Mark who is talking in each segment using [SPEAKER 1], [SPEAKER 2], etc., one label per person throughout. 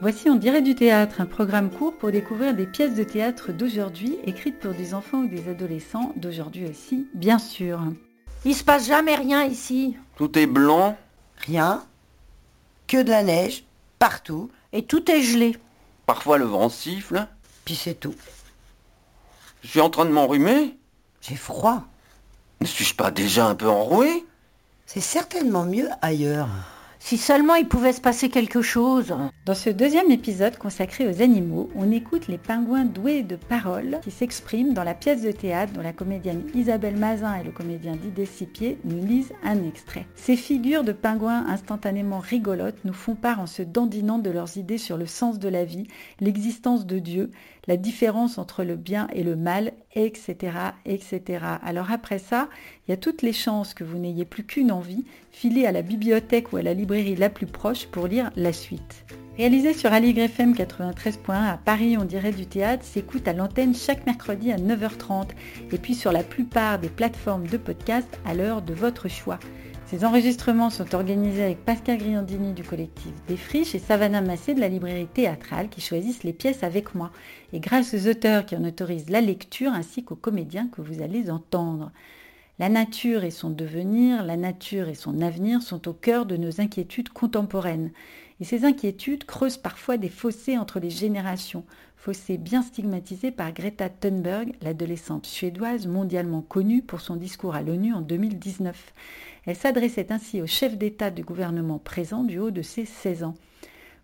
[SPEAKER 1] Voici On dirait du théâtre, un programme court pour découvrir des pièces de théâtre d'aujourd'hui, écrites pour des enfants ou des adolescents, d'aujourd'hui aussi, bien sûr.
[SPEAKER 2] Il se passe jamais rien ici.
[SPEAKER 3] Tout est blanc.
[SPEAKER 4] Rien. Que de la neige. Partout.
[SPEAKER 2] Et tout est gelé.
[SPEAKER 3] Parfois le vent siffle.
[SPEAKER 4] Puis c'est tout.
[SPEAKER 3] Je suis en train de m'enrhumer.
[SPEAKER 4] J'ai froid.
[SPEAKER 3] Ne suis-je pas déjà un peu enroué
[SPEAKER 4] C'est certainement mieux ailleurs.
[SPEAKER 2] Si seulement il pouvait se passer quelque chose.
[SPEAKER 1] Dans ce deuxième épisode consacré aux animaux, on écoute les pingouins doués de paroles qui s'expriment dans la pièce de théâtre dont la comédienne Isabelle Mazin et le comédien Didier Sipier nous lisent un extrait. Ces figures de pingouins instantanément rigolotes nous font part en se dandinant de leurs idées sur le sens de la vie, l'existence de Dieu, la différence entre le bien et le mal, etc., etc. Alors après ça, il y a toutes les chances que vous n'ayez plus qu'une envie, filez à la bibliothèque ou à la librairie la plus proche pour lire la suite. Réalisé sur Aligre FM 93.1 à Paris, on dirait du théâtre, s'écoute à l'antenne chaque mercredi à 9h30 et puis sur la plupart des plateformes de podcast à l'heure de votre choix. Ces enregistrements sont organisés avec Pascal Griandini du collectif Des Friches et Savannah Massé de la librairie théâtrale qui choisissent les pièces avec moi et grâce aux auteurs qui en autorisent la lecture ainsi qu'aux comédiens que vous allez entendre. La nature et son devenir, la nature et son avenir sont au cœur de nos inquiétudes contemporaines. Et ces inquiétudes creusent parfois des fossés entre les générations, fossé bien stigmatisé par Greta Thunberg, l'adolescente suédoise mondialement connue pour son discours à l'ONU en 2019. Elle s'adressait ainsi au chef d'État du gouvernement présent du haut de ses 16 ans.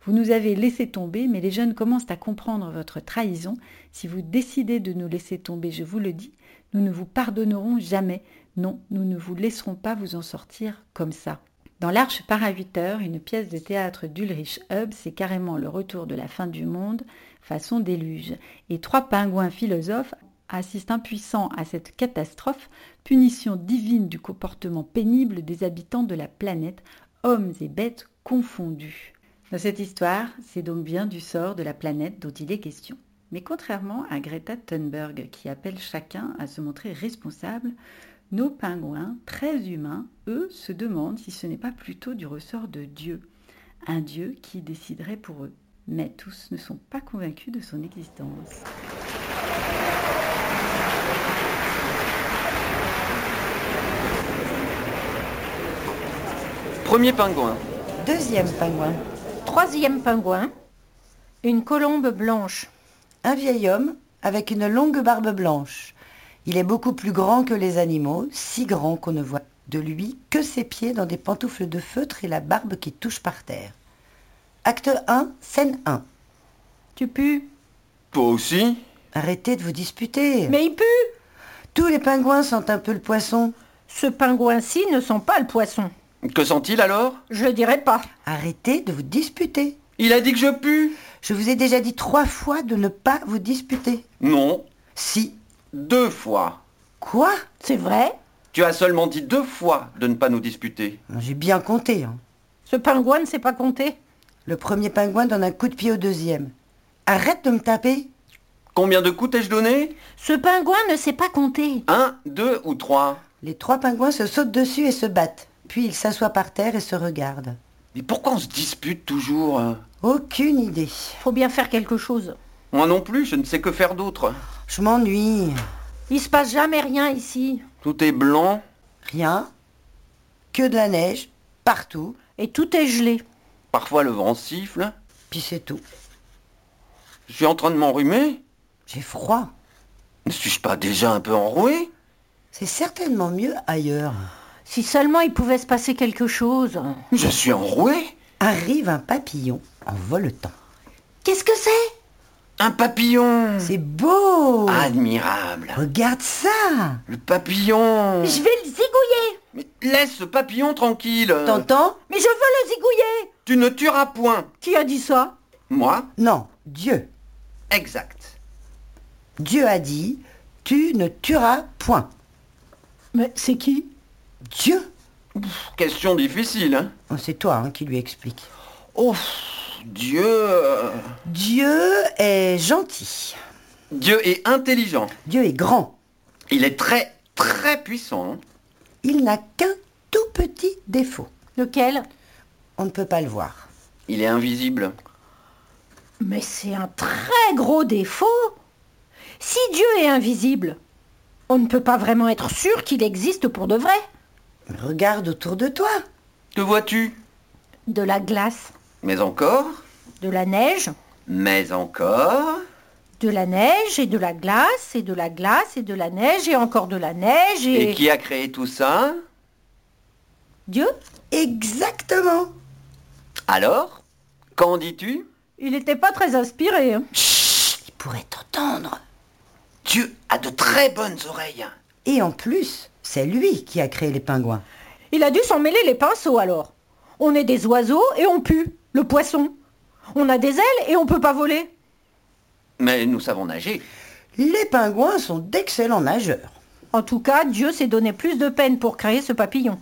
[SPEAKER 1] Vous nous avez laissé tomber, mais les jeunes commencent à comprendre votre trahison. Si vous décidez de nous laisser tomber, je vous le dis, nous ne vous pardonnerons jamais. Non, nous ne vous laisserons pas vous en sortir comme ça. Dans L'Arche part à 8 heures, une pièce de théâtre d'Ulrich Hub, c'est carrément le retour de la fin du monde, façon déluge. Et trois pingouins philosophes assistent impuissants à cette catastrophe, punition divine du comportement pénible des habitants de la planète, hommes et bêtes confondus. Dans cette histoire, c'est donc bien du sort de la planète dont il est question. Mais contrairement à Greta Thunberg, qui appelle chacun à se montrer responsable, nos pingouins, très humains, eux, se demandent si ce n'est pas plutôt du ressort de Dieu, un Dieu qui déciderait pour eux. Mais tous ne sont pas convaincus de son existence.
[SPEAKER 3] Premier pingouin.
[SPEAKER 4] Deuxième pingouin.
[SPEAKER 2] Troisième pingouin. Une colombe blanche.
[SPEAKER 4] Un vieil homme avec une longue barbe blanche. Il est beaucoup plus grand que les animaux, si grand qu'on ne voit de lui que ses pieds dans des pantoufles de feutre et la barbe qui touche par terre. Acte 1, scène 1.
[SPEAKER 2] Tu pues.
[SPEAKER 3] Toi aussi
[SPEAKER 4] Arrêtez de vous disputer.
[SPEAKER 2] Mais il pue
[SPEAKER 4] Tous les pingouins sentent un peu le poisson.
[SPEAKER 2] Ce pingouin-ci ne sent pas le poisson.
[SPEAKER 3] Que sent-il alors
[SPEAKER 2] Je le dirai pas.
[SPEAKER 4] Arrêtez de vous disputer.
[SPEAKER 3] Il a dit que je pue
[SPEAKER 4] Je vous ai déjà dit trois fois de ne pas vous disputer.
[SPEAKER 3] Non,
[SPEAKER 4] Si.
[SPEAKER 3] deux fois.
[SPEAKER 4] Quoi
[SPEAKER 2] C'est vrai
[SPEAKER 3] Tu as seulement dit deux fois de ne pas nous disputer.
[SPEAKER 4] J'ai bien compté. hein.
[SPEAKER 2] Ce pingouin ne sait pas compter.
[SPEAKER 4] Le premier pingouin donne un coup de pied au deuxième. Arrête de me taper.
[SPEAKER 3] Combien de coups t'ai-je donné
[SPEAKER 2] Ce pingouin ne sait pas compter.
[SPEAKER 3] Un, deux ou trois
[SPEAKER 4] Les trois pingouins se sautent dessus et se battent. Puis ils s'assoient par terre et se regardent.
[SPEAKER 3] Mais pourquoi on se dispute toujours euh
[SPEAKER 4] Aucune idée.
[SPEAKER 2] Faut bien faire quelque chose.
[SPEAKER 3] Moi non plus, je ne sais que faire d'autre.
[SPEAKER 4] Je m'ennuie.
[SPEAKER 2] Il se passe jamais rien ici.
[SPEAKER 3] Tout est blanc.
[SPEAKER 4] Rien. Que de la neige. Partout.
[SPEAKER 2] Et tout est gelé.
[SPEAKER 3] Parfois le vent siffle.
[SPEAKER 4] Puis c'est tout.
[SPEAKER 3] Je suis en train de m'enrhumer
[SPEAKER 4] J'ai froid.
[SPEAKER 3] Ne suis-je pas déjà un peu enroué
[SPEAKER 4] C'est certainement mieux ailleurs.
[SPEAKER 2] Si seulement il pouvait se passer quelque chose.
[SPEAKER 3] Je suis enroué
[SPEAKER 4] Arrive un papillon en voletant.
[SPEAKER 2] Qu'est-ce que c'est
[SPEAKER 3] Un papillon
[SPEAKER 4] C'est beau
[SPEAKER 3] Ah. Admirable
[SPEAKER 4] Regarde ça
[SPEAKER 3] Le papillon
[SPEAKER 2] Je vais le zigouiller.
[SPEAKER 3] Mais laisse ce papillon tranquille
[SPEAKER 4] T'entends
[SPEAKER 2] Mais je veux le zigouiller.
[SPEAKER 3] Tu ne tueras point
[SPEAKER 2] Qui a dit ça
[SPEAKER 3] Moi
[SPEAKER 4] Non, Dieu.
[SPEAKER 3] Exact.
[SPEAKER 4] Dieu a dit, tu ne tueras point.
[SPEAKER 2] Mais c'est qui
[SPEAKER 4] Dieu
[SPEAKER 3] Question difficile, hein
[SPEAKER 4] Oh, C'est toi hein, qui lui explique.
[SPEAKER 3] Oh, Dieu... euh,
[SPEAKER 4] Dieu est gentil.
[SPEAKER 3] Dieu est intelligent.
[SPEAKER 4] Dieu est grand.
[SPEAKER 3] Il est très, très puissant. hein.
[SPEAKER 4] Il n'a qu'un tout petit défaut.
[SPEAKER 2] Lequel
[SPEAKER 4] On ne peut pas le voir.
[SPEAKER 3] Il est invisible.
[SPEAKER 2] Mais c'est un très gros défaut. Si Dieu est invisible, on ne peut pas vraiment être sûr qu'il existe pour de vrai.
[SPEAKER 4] Regarde autour de toi.
[SPEAKER 3] Que vois-tu
[SPEAKER 2] De la glace,
[SPEAKER 3] Mais encore
[SPEAKER 2] de la neige,
[SPEAKER 3] Mais encore
[SPEAKER 2] de la neige et de la glace et de la glace et de la neige et encore de la neige et...
[SPEAKER 3] Et qui a créé tout ça
[SPEAKER 2] Dieu
[SPEAKER 4] Exactement.
[SPEAKER 3] Alors Qu'en dis-tu
[SPEAKER 2] Il n'était pas très inspiré. hein.
[SPEAKER 4] Il pourrait t'entendre.
[SPEAKER 3] Dieu a de très bonnes oreilles.
[SPEAKER 4] Et en plus, c'est lui qui a créé les pingouins.
[SPEAKER 2] Il a dû s'en mêler les pinceaux alors. On est des oiseaux et on pue, le poisson. On a des ailes et on peut pas voler.
[SPEAKER 3] Mais nous savons nager.
[SPEAKER 4] Les pingouins sont d'excellents nageurs.
[SPEAKER 2] En tout cas, Dieu s'est donné plus de peine pour créer ce papillon.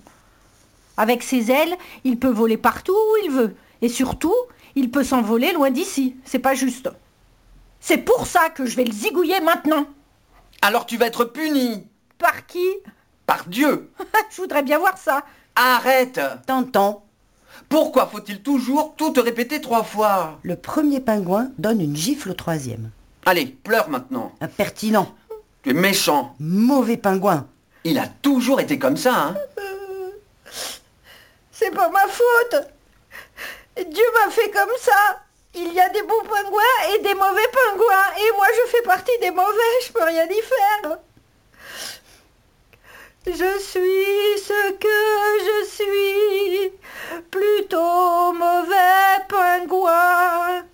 [SPEAKER 2] Avec ses ailes, il peut voler partout où il veut. Et surtout, il peut s'envoler loin d'ici. C'est pas juste. C'est pour ça que je vais le zigouiller maintenant.
[SPEAKER 3] Alors tu vas être puni
[SPEAKER 2] Par qui
[SPEAKER 3] par Dieu.
[SPEAKER 2] Je voudrais bien voir ça.
[SPEAKER 3] Arrête
[SPEAKER 4] T'entends
[SPEAKER 3] Pourquoi faut-il toujours tout te répéter trois fois
[SPEAKER 4] Le premier pingouin donne une gifle au troisième.
[SPEAKER 3] Allez, pleure maintenant.
[SPEAKER 4] Impertinent.
[SPEAKER 3] Tu es méchant.
[SPEAKER 4] Mauvais pingouin.
[SPEAKER 3] Il a toujours été comme ça, hein
[SPEAKER 2] C'est pas ma faute. Dieu m'a fait comme ça. Il y a des bons pingouins et des mauvais pingouins. Et moi, je fais partie des mauvais. Je peux rien y faire. Je suis ce que je suis. Plutôt mauvais pingouin.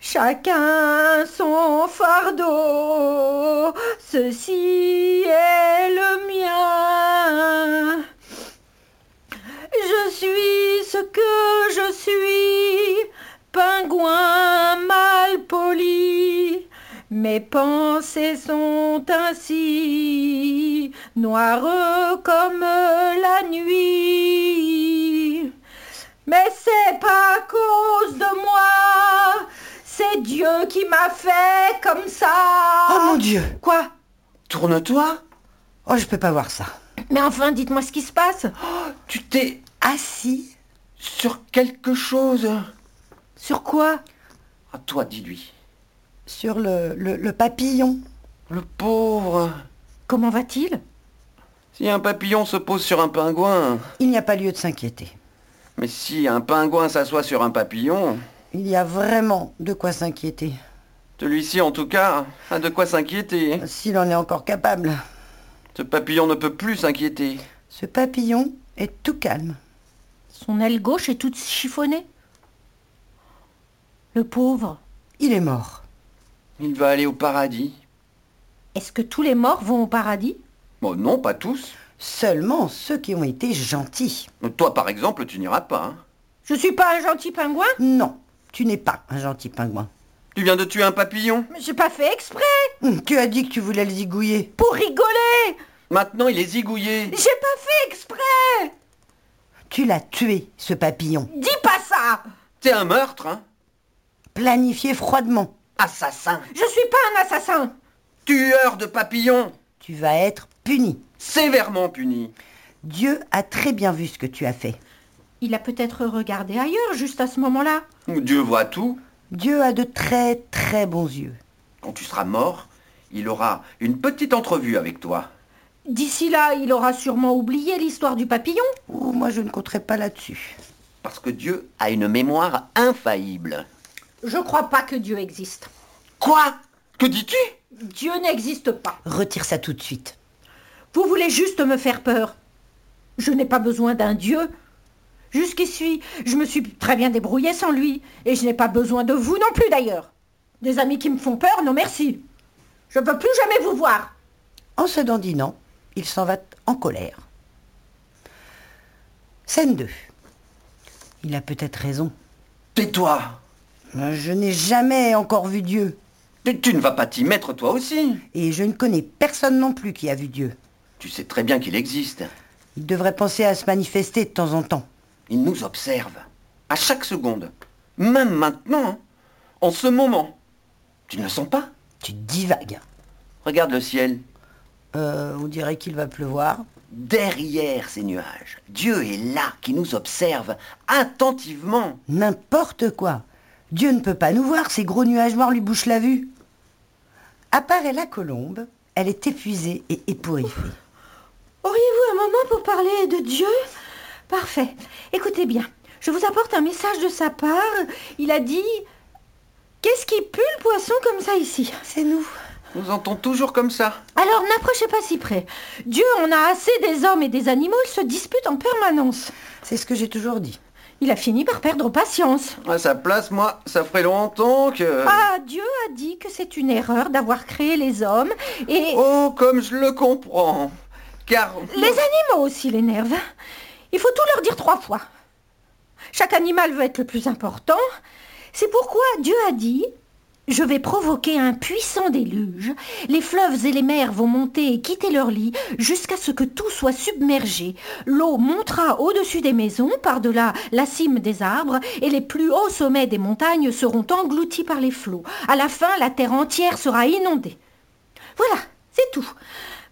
[SPEAKER 2] Chacun son fardeau. Ceci est le mien. Je suis ce que je suis, pingouin mal poli. Mes pensées sont ainsi, noires comme la nuit. Mais c'est pas à cause de moi, c'est Dieu qui m'a fait comme ça.
[SPEAKER 4] Oh mon Dieu
[SPEAKER 2] Quoi
[SPEAKER 3] Tourne-toi.
[SPEAKER 4] Oh, je peux pas voir ça.
[SPEAKER 2] Mais enfin, dites-moi ce qui se passe.
[SPEAKER 3] Tu t'es
[SPEAKER 4] Assis
[SPEAKER 3] sur quelque chose.
[SPEAKER 2] Sur quoi
[SPEAKER 3] À toi, dis-lui.
[SPEAKER 4] sur le, le- le papillon.
[SPEAKER 3] Le pauvre.
[SPEAKER 2] Comment va-t-il
[SPEAKER 3] Si un papillon se pose sur un pingouin,
[SPEAKER 4] Il n'y a pas lieu de s'inquiéter.
[SPEAKER 3] mais si un pingouin s'assoit sur un papillon,
[SPEAKER 4] Il y a vraiment de quoi s'inquiéter.
[SPEAKER 3] celui-ci en tout cas a de quoi s'inquiéter.
[SPEAKER 4] S'il en est encore capable.
[SPEAKER 3] Ce papillon ne peut plus s'inquiéter.
[SPEAKER 4] Ce papillon est tout calme.
[SPEAKER 2] Son aile gauche est toute chiffonnée. Le pauvre.
[SPEAKER 4] Il est mort.
[SPEAKER 3] Il va aller au paradis.
[SPEAKER 2] Est-ce que tous les morts vont au paradis
[SPEAKER 3] Bon, non, pas tous.
[SPEAKER 4] Seulement ceux qui ont été gentils.
[SPEAKER 3] Toi, par exemple, tu n'iras pas. hein.
[SPEAKER 2] Je suis pas un gentil pingouin
[SPEAKER 4] Non, tu n'es pas un gentil pingouin.
[SPEAKER 3] Tu viens de tuer un papillon.
[SPEAKER 2] Mais j'ai pas fait exprès
[SPEAKER 4] Hum, Tu as dit que tu voulais le zigouiller.
[SPEAKER 2] Pour rigoler
[SPEAKER 3] Maintenant, il est zigouillé.
[SPEAKER 2] J'ai pas fait exprès
[SPEAKER 4] Tu l'as tué, ce papillon.
[SPEAKER 2] Dis pas ça
[SPEAKER 3] C'est un meurtre, hein
[SPEAKER 4] Planifié froidement.
[SPEAKER 3] Assassin
[SPEAKER 2] Je suis pas un assassin
[SPEAKER 3] Tueur de papillons
[SPEAKER 4] Tu vas être puni.
[SPEAKER 3] Sévèrement puni
[SPEAKER 4] Dieu a très bien vu ce que tu as fait.
[SPEAKER 2] Il a peut-être regardé ailleurs juste à ce moment-là.
[SPEAKER 3] Dieu voit tout.
[SPEAKER 4] Dieu a de très très bons yeux.
[SPEAKER 3] Quand tu seras mort, il aura une petite entrevue avec toi.
[SPEAKER 2] D'ici là, il aura sûrement oublié l'histoire du papillon.
[SPEAKER 4] Ouh, moi je ne compterai pas là-dessus.
[SPEAKER 3] Parce que Dieu a une mémoire infaillible.
[SPEAKER 2] Je crois pas que Dieu existe.
[SPEAKER 3] Quoi Que dis-tu
[SPEAKER 2] Dieu n'existe pas.
[SPEAKER 4] Retire ça tout de suite.
[SPEAKER 2] Vous voulez juste me faire peur. Je n'ai pas besoin d'un dieu. Jusqu'ici, je me suis très bien débrouillée sans lui, et je n'ai pas besoin de vous non plus d'ailleurs. Des amis qui me font peur, non merci. Je ne veux plus jamais vous voir.
[SPEAKER 4] En se dandinant, il s'en va en colère. Scène 2. Il a peut-être raison.
[SPEAKER 3] Tais-toi
[SPEAKER 4] Euh, Je n'ai jamais encore vu Dieu.
[SPEAKER 3] tu, tu ne vas pas t'y mettre toi aussi
[SPEAKER 4] Et je ne connais personne non plus qui a vu Dieu.
[SPEAKER 3] Tu sais très bien qu'il existe.
[SPEAKER 4] Il devrait penser à se manifester de temps en temps.
[SPEAKER 3] Il nous observe. À chaque seconde. Même maintenant. hein. En ce moment. Tu ne le sens pas
[SPEAKER 4] Tu divagues.
[SPEAKER 3] Regarde le ciel.
[SPEAKER 4] Euh, on dirait qu'il va pleuvoir.
[SPEAKER 3] Derrière ces nuages, Dieu est là qui nous observe attentivement.
[SPEAKER 4] N'importe quoi. Dieu ne peut pas nous voir, ces gros nuages noirs lui bouchent la vue. À part la colombe, elle est épuisée et épourifée.
[SPEAKER 2] Auriez-vous un moment pour parler de Dieu Parfait. Écoutez bien, je vous apporte un message de sa part. Il a dit Qu'est-ce qui pue le poisson comme ça ici
[SPEAKER 4] C'est nous.
[SPEAKER 3] Nous entend toujours comme ça.
[SPEAKER 2] Alors n'approchez pas si près. Dieu en a assez des hommes et des animaux, ils se disputent en permanence.
[SPEAKER 4] C'est ce que j'ai toujours dit.
[SPEAKER 2] Il a fini par perdre patience.
[SPEAKER 3] À sa place, moi, ça ferait longtemps que...
[SPEAKER 2] Ah, Dieu a dit que c'est une erreur d'avoir créé les hommes et
[SPEAKER 3] Oh, comme je le comprends. Car...
[SPEAKER 2] les animaux aussi l'énervent. Il faut tout leur dire trois fois. Chaque animal veut être le plus important. C'est pourquoi Dieu a dit Je vais provoquer un puissant déluge. Les fleuves et les mers vont monter et quitter leur lit jusqu'à ce que tout soit submergé. L'eau montera au-dessus des maisons, par-delà la cime des arbres, et les plus hauts sommets des montagnes seront engloutis par les flots. À la fin, la terre entière sera inondée. Voilà, c'est tout.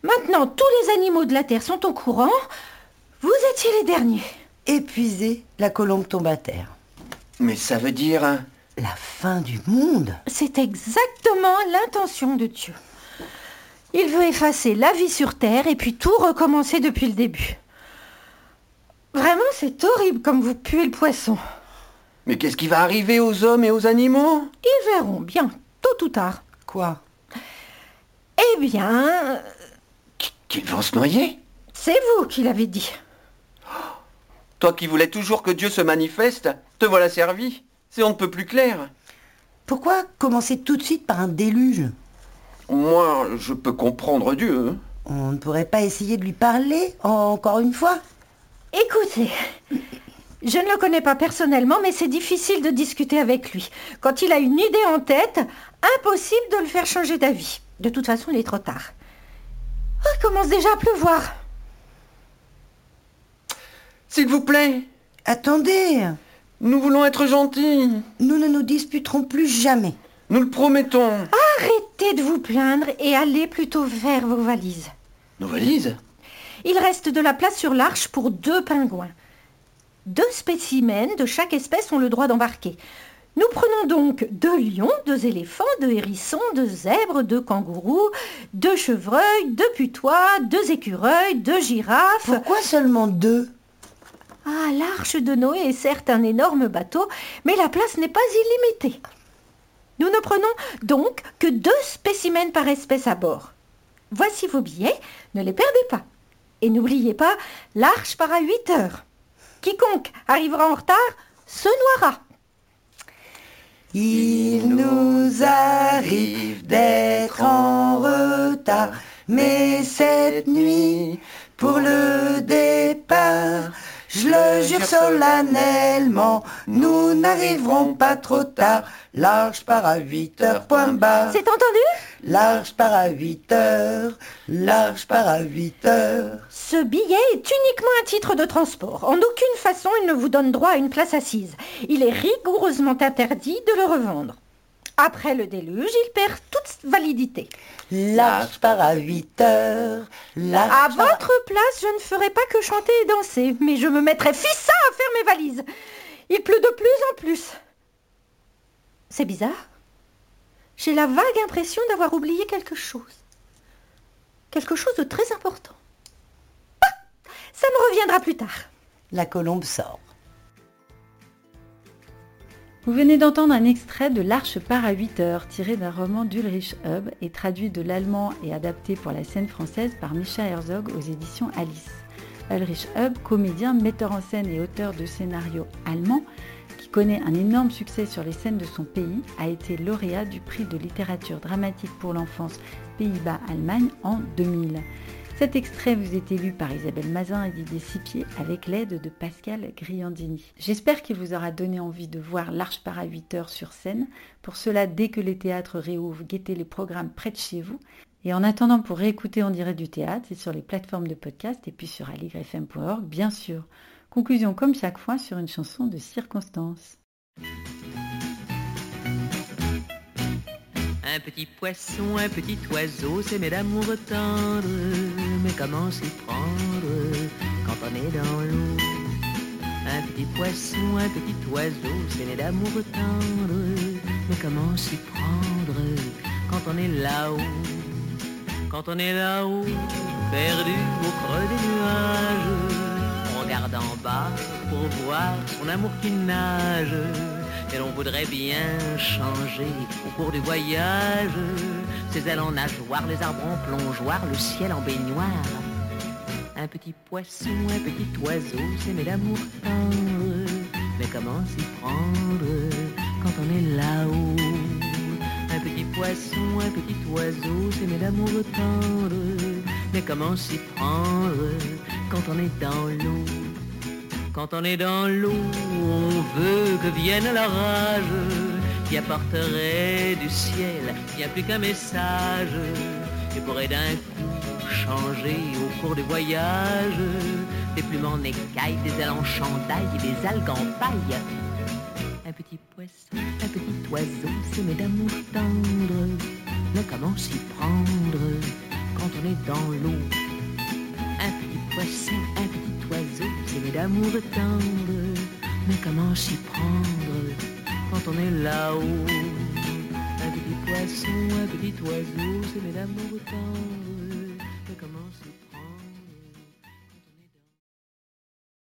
[SPEAKER 2] Maintenant, tous les animaux de la terre sont au courant. Vous étiez les derniers.
[SPEAKER 4] Épuisée, la colombe tombe à terre.
[SPEAKER 3] Mais ça veut dire... hein,
[SPEAKER 4] La fin du monde
[SPEAKER 2] C'est exactement l'intention de Dieu. Il veut effacer la vie sur Terre et puis tout recommencer depuis le début. Vraiment, c'est horrible comme vous puez le poisson.
[SPEAKER 3] Mais qu'est-ce qui va arriver aux hommes et aux animaux
[SPEAKER 2] Ils verront bien, tôt ou tard.
[SPEAKER 4] Quoi
[SPEAKER 2] Eh bien,
[SPEAKER 3] Qu'ils vont se noyer
[SPEAKER 2] c'est vous qui l'avez dit.
[SPEAKER 3] Toi qui voulais toujours que Dieu se manifeste, te voilà servi. C'est on ne peut plus clair.
[SPEAKER 4] Pourquoi commencer tout de suite par un déluge
[SPEAKER 3] Moi, je peux comprendre Dieu. hein.
[SPEAKER 4] On ne pourrait pas essayer de lui parler encore une fois
[SPEAKER 2] Écoutez, je ne le connais pas personnellement, mais c'est difficile de discuter avec lui. Quand il a une idée en tête, impossible de le faire changer d'avis. De toute façon, il est trop tard. Oh, il commence déjà à pleuvoir.
[SPEAKER 3] S'il vous plaît,
[SPEAKER 4] Attendez,
[SPEAKER 3] nous voulons être gentils.
[SPEAKER 4] nous ne nous disputerons plus jamais.
[SPEAKER 3] Nous le promettons.
[SPEAKER 2] Arrêtez de vous plaindre et allez plutôt vers vos valises.
[SPEAKER 3] Nos valises
[SPEAKER 2] Il reste de la place sur l'arche pour deux pingouins. Deux spécimens de chaque espèce ont le droit d'embarquer. Nous prenons donc deux lions, deux éléphants, deux hérissons, deux zèbres, deux kangourous, deux chevreuils, deux putois, deux écureuils, deux girafes.
[SPEAKER 4] Pourquoi seulement deux
[SPEAKER 2] Ah, l'arche de Noé est certes un énorme bateau, mais la place n'est pas illimitée. Nous ne prenons donc que deux spécimens par espèce à bord. Voici vos billets, ne les perdez pas. Et n'oubliez pas, l'arche part à 8 heures. Quiconque arrivera en retard se noiera.
[SPEAKER 4] Il nous arrive d'être en retard, mais cette nuit, pour le départ, je le jure solennellement, nous n'arriverons pas trop tard. Large part à 8 heures, point barre.
[SPEAKER 2] C'est entendu
[SPEAKER 4] Large part à 8 heures, large part à 8 heures.
[SPEAKER 2] Ce billet est uniquement un titre de transport. En aucune façon, il ne vous donne droit à une place assise. Il est rigoureusement interdit de le revendre. Après le déluge, il perd toute validité.
[SPEAKER 4] Large part à 8 heures, large
[SPEAKER 2] À
[SPEAKER 4] part à-
[SPEAKER 2] votre place, je ne ferai pas que chanter et danser, mais je me mettrai fissa à faire mes valises. Il pleut de plus en plus. C'est bizarre. J'ai la vague impression d'avoir oublié quelque chose. Quelque chose de très important. Ah Ça me reviendra plus tard.
[SPEAKER 4] La colombe sort.
[SPEAKER 1] Vous venez d'entendre un extrait de L'Arche part à 8 heures, tiré d'un roman d'Ulrich Hub et traduit de l'allemand et adapté pour la scène française par Micha Herzog aux éditions Alice. Ulrich Hub, comédien, metteur en scène et auteur de scénarios allemands, qui connaît un énorme succès sur les scènes de son pays, a été lauréat du prix de littérature dramatique pour l'enfance Pays-Bas-Allemagne en 2000. Cet extrait vous est élu par Isabelle Mazin et Didier Sipier avec l'aide de Pascal Griandini. J'espère qu'il vous aura donné envie de voir l'Arche par à 8 heures sur scène. Pour cela, dès que les théâtres réouvrent, guettez les programmes près de chez vous. Et en attendant, pour réécouter en direct du théâtre, c'est sur les plateformes de podcast et puis sur aligrefm.org, bien sûr. Conclusion comme chaque fois sur une chanson de circonstance.
[SPEAKER 5] Un petit poisson, un petit oiseau, c'est mes d'amour tendre. Mais comment s'y prendre quand on est dans l'eau Un petit poisson, un petit oiseau, c'est né d'amour tendre. Mais comment s'y prendre quand on est là-haut Quand on est là-haut, perdu au creux des nuages, on regarde en bas pour voir son amour qui nage. Et l'on voudrait bien changer au cours du voyage. Ses ailes en nageoire, les arbres en plongeoire, le ciel en baignoire. Un petit poisson, un petit oiseau, c'est mes d'amour tendre. Mais comment s'y prendre quand on est là-haut Un petit poisson, un petit oiseau, c'est mes d'amour tendre. Mais comment s'y prendre quand on est dans l'eau Quand on est dans l'eau, on veut que vienne la rage qui apporterait du ciel bien plus qu'un message et pourrait d'un coup changer au cours du voyage. Des plumes en écailles, des ailes en chandail et des algues en paille. Un petit poisson, un petit oiseau, c'est mes d'amour tendre. Mais comment s'y prendre quand on est dans l'eau Un petit poisson, un petit oiseau, c'est mes d'amour tendre. Mais comment s'y prendre quand on est là-haut Un petit poisson, un petit oiseau, c'est mes d'amour tendre.